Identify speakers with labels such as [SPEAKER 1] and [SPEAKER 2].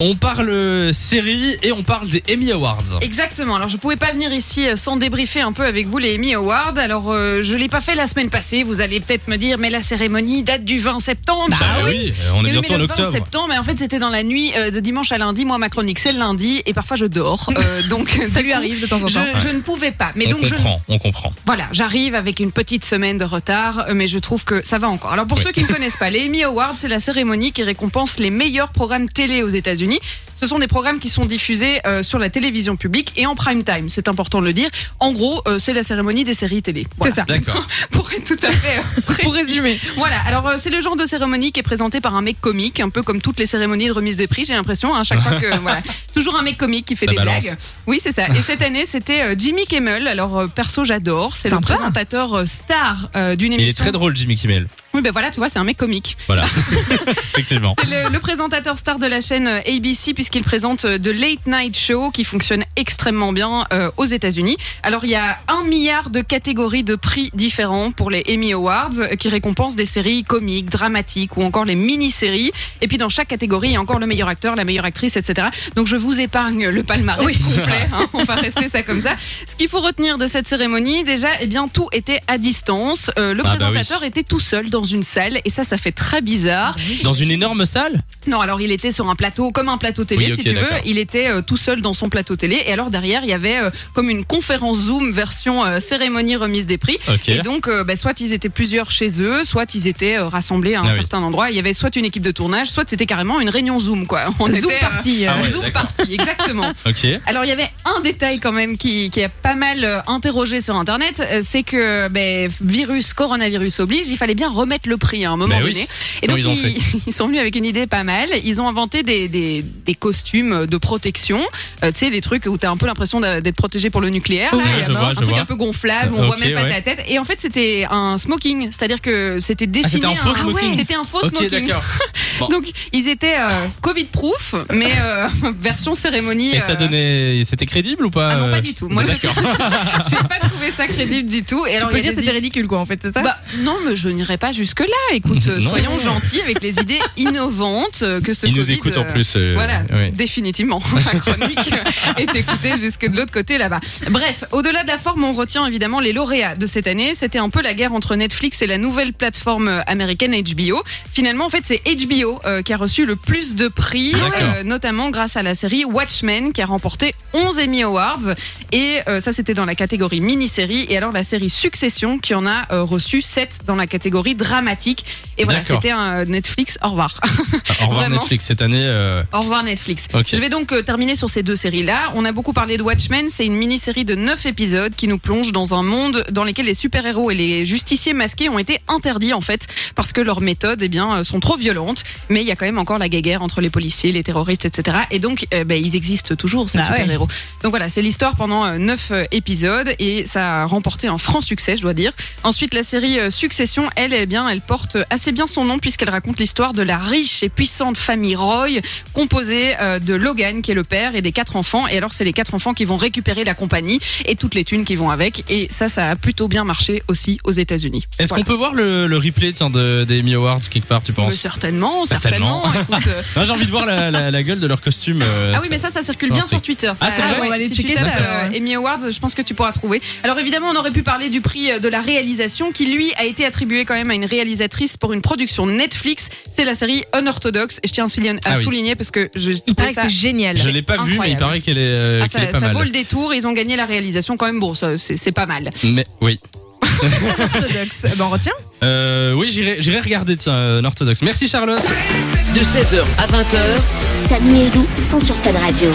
[SPEAKER 1] On parle euh, série et on parle des Emmy Awards.
[SPEAKER 2] Exactement. Alors, je pouvais pas venir ici euh, sans débriefer un peu avec vous les Emmy Awards. Alors, euh, je l'ai pas fait la semaine passée. Vous allez peut-être me dire, mais la cérémonie date du 20 septembre.
[SPEAKER 1] Bah oui, on est
[SPEAKER 2] Mais
[SPEAKER 1] bientôt
[SPEAKER 2] Ah oui, mais
[SPEAKER 1] en
[SPEAKER 2] le 20
[SPEAKER 1] octobre.
[SPEAKER 2] septembre, mais en fait c'était dans la nuit euh, de dimanche à lundi. Moi, ma chronique c'est le lundi et parfois je dors. Euh, donc
[SPEAKER 3] Ça
[SPEAKER 2] du
[SPEAKER 3] lui
[SPEAKER 2] coup,
[SPEAKER 3] arrive de temps en temps.
[SPEAKER 2] Je, je ne pouvais pas. Mais
[SPEAKER 1] on
[SPEAKER 2] donc je,
[SPEAKER 1] comprend, on comprend.
[SPEAKER 2] Voilà, j'arrive avec une petite semaine de retard, euh, mais je trouve que ça va encore. Alors pour
[SPEAKER 1] Oui.
[SPEAKER 2] ceux qui ne connaissent pas, les Emmy Awards, c'est la cérémonie qui récompense les meilleurs programmes télé aux États-Unis. Ce sont des programmes qui sont diffusés euh, sur la télévision publique et en prime time, c'est important de le dire. En gros, euh, c'est la cérémonie des séries télé. Voilà.
[SPEAKER 3] C'est ça.
[SPEAKER 1] D'accord.
[SPEAKER 2] Pour être tout à fait euh,
[SPEAKER 3] Pour
[SPEAKER 2] précis.
[SPEAKER 3] résumer,
[SPEAKER 2] Voilà, alors euh, c'est le genre de cérémonie qui est présentée par un mec comique, un peu comme toutes les cérémonies de remise des prix, j'ai l'impression, hein, chaque fois que. voilà, toujours un mec comique qui fait
[SPEAKER 1] Ça
[SPEAKER 2] des
[SPEAKER 1] balance.
[SPEAKER 2] blagues. Oui, c'est ça. Et cette année, c'était euh, Jimmy Kimmel. Alors, euh, perso, j'adore. C'est le
[SPEAKER 3] Sympa.
[SPEAKER 2] présentateur euh, star euh, d'une
[SPEAKER 1] Il
[SPEAKER 2] émission.
[SPEAKER 1] est très drôle, Jimmy Kimmel.
[SPEAKER 2] Oui, ben voilà, tu vois, c'est un mec comique.
[SPEAKER 1] Voilà. Effectivement.
[SPEAKER 2] C'est le, le présentateur star de la chaîne euh, ABC puisqu'il présente euh, The Late Night Show qui fonctionne extrêmement bien euh, aux États-Unis. Alors il y a un milliard de catégories de prix différents pour les Emmy Awards euh, qui récompensent des séries comiques, dramatiques ou encore les mini-séries. Et puis dans chaque catégorie, il y a encore le meilleur acteur, la meilleure actrice, etc. Donc je vous épargne le palmarès complet. hein. on va rester ça comme ça. Ce qu'il faut retenir de cette cérémonie, déjà, eh bien tout était à distance. Euh, le
[SPEAKER 1] Ah bah oui.
[SPEAKER 2] présentateur était tout seul dans une salle et ça, ça fait très bizarre.
[SPEAKER 1] Dans une énorme salle
[SPEAKER 2] Non, alors il était sur un plateau, comme un plateau télé,
[SPEAKER 1] Oui, ok,
[SPEAKER 2] si tu veux.
[SPEAKER 1] d'accord.
[SPEAKER 2] Il était euh, tout seul dans son plateau télé. Et alors derrière, il y avait euh, comme une conférence Zoom version euh, cérémonie remise des prix.
[SPEAKER 1] Ok.
[SPEAKER 2] Et donc, euh, bah, soit ils étaient plusieurs chez eux, soit ils étaient euh, rassemblés à un
[SPEAKER 1] Ah oui.
[SPEAKER 2] certain endroit. Il y avait soit une équipe de tournage, soit c'était carrément une réunion Zoom, quoi. On
[SPEAKER 3] Zoom
[SPEAKER 2] était, euh,
[SPEAKER 3] party.
[SPEAKER 1] Ah ouais,
[SPEAKER 2] Zoom
[SPEAKER 1] d'accord.
[SPEAKER 2] party, exactement.
[SPEAKER 1] Ok.
[SPEAKER 2] Alors il y avait un détail quand même qui, qui a pas mal euh, interrogé sur Internet, euh, c'est que ben, virus, coronavirus oblige, il fallait bien remettre le prix à un moment
[SPEAKER 1] Ben oui.
[SPEAKER 2] donné. Et
[SPEAKER 1] Comment
[SPEAKER 2] donc
[SPEAKER 1] ils ont
[SPEAKER 2] ils, ils sont venus avec une idée pas mal. Ils ont inventé des, des, des costumes de protection, Euh, tu sais les trucs où t'as un peu l'impression d'a- d'être protégé pour le nucléaire, là,
[SPEAKER 1] Ouais,
[SPEAKER 2] et
[SPEAKER 1] je
[SPEAKER 2] avoir
[SPEAKER 1] vois,
[SPEAKER 2] un
[SPEAKER 1] je
[SPEAKER 2] truc
[SPEAKER 1] vois.
[SPEAKER 2] un peu gonflable, où on
[SPEAKER 1] Euh,
[SPEAKER 2] voit
[SPEAKER 1] ok,
[SPEAKER 2] même pas
[SPEAKER 1] ouais.
[SPEAKER 2] ta tête. Et en fait c'était un smoking, c'est-à-dire que c'était dessiné.
[SPEAKER 1] Ah, un faux smoking.
[SPEAKER 2] ouais, c'était un faux
[SPEAKER 1] Ok,
[SPEAKER 2] smoking.
[SPEAKER 1] d'accord. Bon.
[SPEAKER 2] Donc ils étaient euh, Covid-proof, mais euh, version cérémonie.
[SPEAKER 1] Et ça
[SPEAKER 2] euh,
[SPEAKER 1] donnait. C'était crédible ou pas
[SPEAKER 2] Ah non, pas
[SPEAKER 1] euh,
[SPEAKER 2] du tout. Moi, je-
[SPEAKER 1] D'accord.
[SPEAKER 2] J'ai pas trouvé ça crédible du tout. Et alors,
[SPEAKER 3] on peut
[SPEAKER 2] il y a
[SPEAKER 3] dire
[SPEAKER 2] des
[SPEAKER 3] c'était ridicule quoi en fait, c'est ça
[SPEAKER 2] bah, non, mais je n'irai pas jusque-là. Écoute, euh,
[SPEAKER 1] Non.
[SPEAKER 2] soyons gentils avec les idées innovantes euh, que ce
[SPEAKER 1] Il nous
[SPEAKER 2] Covid,
[SPEAKER 1] écoute en
[SPEAKER 2] euh,
[SPEAKER 1] plus. euh,
[SPEAKER 2] Voilà,
[SPEAKER 1] oui.
[SPEAKER 2] définitivement. Ma chronique est écoutée jusque de l'autre côté là-bas. Bref, au-delà de la forme, on retient évidemment les lauréats de cette année. C'était un peu la guerre entre Netflix et la nouvelle plateforme américaine HBO. Finalement, en fait, c'est HBO euh, qui a reçu le plus de prix,
[SPEAKER 1] D'accord.
[SPEAKER 2] euh, notamment grâce à la série Watchmen qui a remporté 11 Emmy Awards. Et euh, ça, c'était dans la catégorie mini-série. Et alors, la série Succession qui en a euh, reçu 7 dans la catégorie dramatique. Et voilà,
[SPEAKER 1] D'accord.
[SPEAKER 2] c'était un euh, Netflix. Au revoir.
[SPEAKER 1] Au revoir
[SPEAKER 2] Vraiment.
[SPEAKER 1] Netflix cette année. euh,
[SPEAKER 2] Au revoir Netflix.
[SPEAKER 1] Ok.
[SPEAKER 2] Je vais donc euh, terminer sur ces deux séries-là. On a beaucoup parlé de Watchmen, c'est une mini-série de 9 épisodes qui nous plonge dans un monde dans lequel les super-héros et les justiciers masqués ont été interdits en fait parce que leurs méthodes eh bien, euh, sont trop violentes. Mais il y a quand même encore la guéguerre entre les policiers, les terroristes, etc. Et donc euh, ben, ils existent toujours ces
[SPEAKER 3] Bah ouais.
[SPEAKER 2] super-héros. Donc voilà, c'est l'histoire pendant 9 épisodes et ça a remporté un franc succès, je dois dire. Ensuite, la série euh, Succession, elle, eh bien, elle porte assez bien son nom puisqu'elle raconte l'histoire de la riche et puissante famille Roy, composée euh, de Logan, qui est le père, et des quatre enfants. Et alors, c'est les quatre enfants qui vont récupérer la compagnie et toutes les thunes qui vont avec. Et ça, ça a plutôt bien marché aussi aux États-Unis.
[SPEAKER 1] Est-ce
[SPEAKER 2] Voilà.
[SPEAKER 1] qu'on peut voir le, le replay tiens, de, des Emmy Awards quelque part, tu
[SPEAKER 2] Mais
[SPEAKER 1] penses
[SPEAKER 2] certainement,
[SPEAKER 1] Certainement.
[SPEAKER 2] certainement. Écoute, euh,
[SPEAKER 1] Non, J'ai envie de voir la, la- la gueule de leur costume. euh,
[SPEAKER 2] Ah oui, mais ça, ça circule
[SPEAKER 1] Non,
[SPEAKER 2] bien
[SPEAKER 1] c'est-
[SPEAKER 2] sur Twitter.
[SPEAKER 1] Ah, c'est
[SPEAKER 2] Ça,
[SPEAKER 3] vrai, on va aller
[SPEAKER 2] si
[SPEAKER 3] checker
[SPEAKER 2] tu tapes,
[SPEAKER 3] ça, alors, hein.
[SPEAKER 2] euh,
[SPEAKER 3] ouais.
[SPEAKER 2] Emmy Awards, je pense que tu pourras trouver. Alors évidemment, on aurait pu parler du prix euh, de la réalisation qui, lui, a été attribué quand même à une réalisatrice pour une production Netflix. C'est la série Unorthodox. Et je tiens à souligner, à
[SPEAKER 1] Ah oui.
[SPEAKER 2] souligner parce que je
[SPEAKER 3] Il
[SPEAKER 2] trouve
[SPEAKER 3] paraît que
[SPEAKER 2] ça.
[SPEAKER 3] c'est génial.
[SPEAKER 1] Je l'ai pas vu, mais il
[SPEAKER 2] Incroyable.
[SPEAKER 1] paraît qu'elle est, euh,
[SPEAKER 2] ah,
[SPEAKER 1] qu'elle est
[SPEAKER 2] ça
[SPEAKER 1] pas
[SPEAKER 2] ça
[SPEAKER 1] mal.
[SPEAKER 2] vaut le détour, ils ont gagné la réalisation quand même. Bon, ça, c'est c'est pas mal.
[SPEAKER 1] Mais oui.
[SPEAKER 3] orthodoxe. Eh ben, on retient.
[SPEAKER 1] Euh, oui, j'irai j'irai regarder, tiens, euh, un orthodoxe. Merci Charlotte.
[SPEAKER 4] de 16h à 20h.
[SPEAKER 5] Samy et Lou sont sur Fun Radio.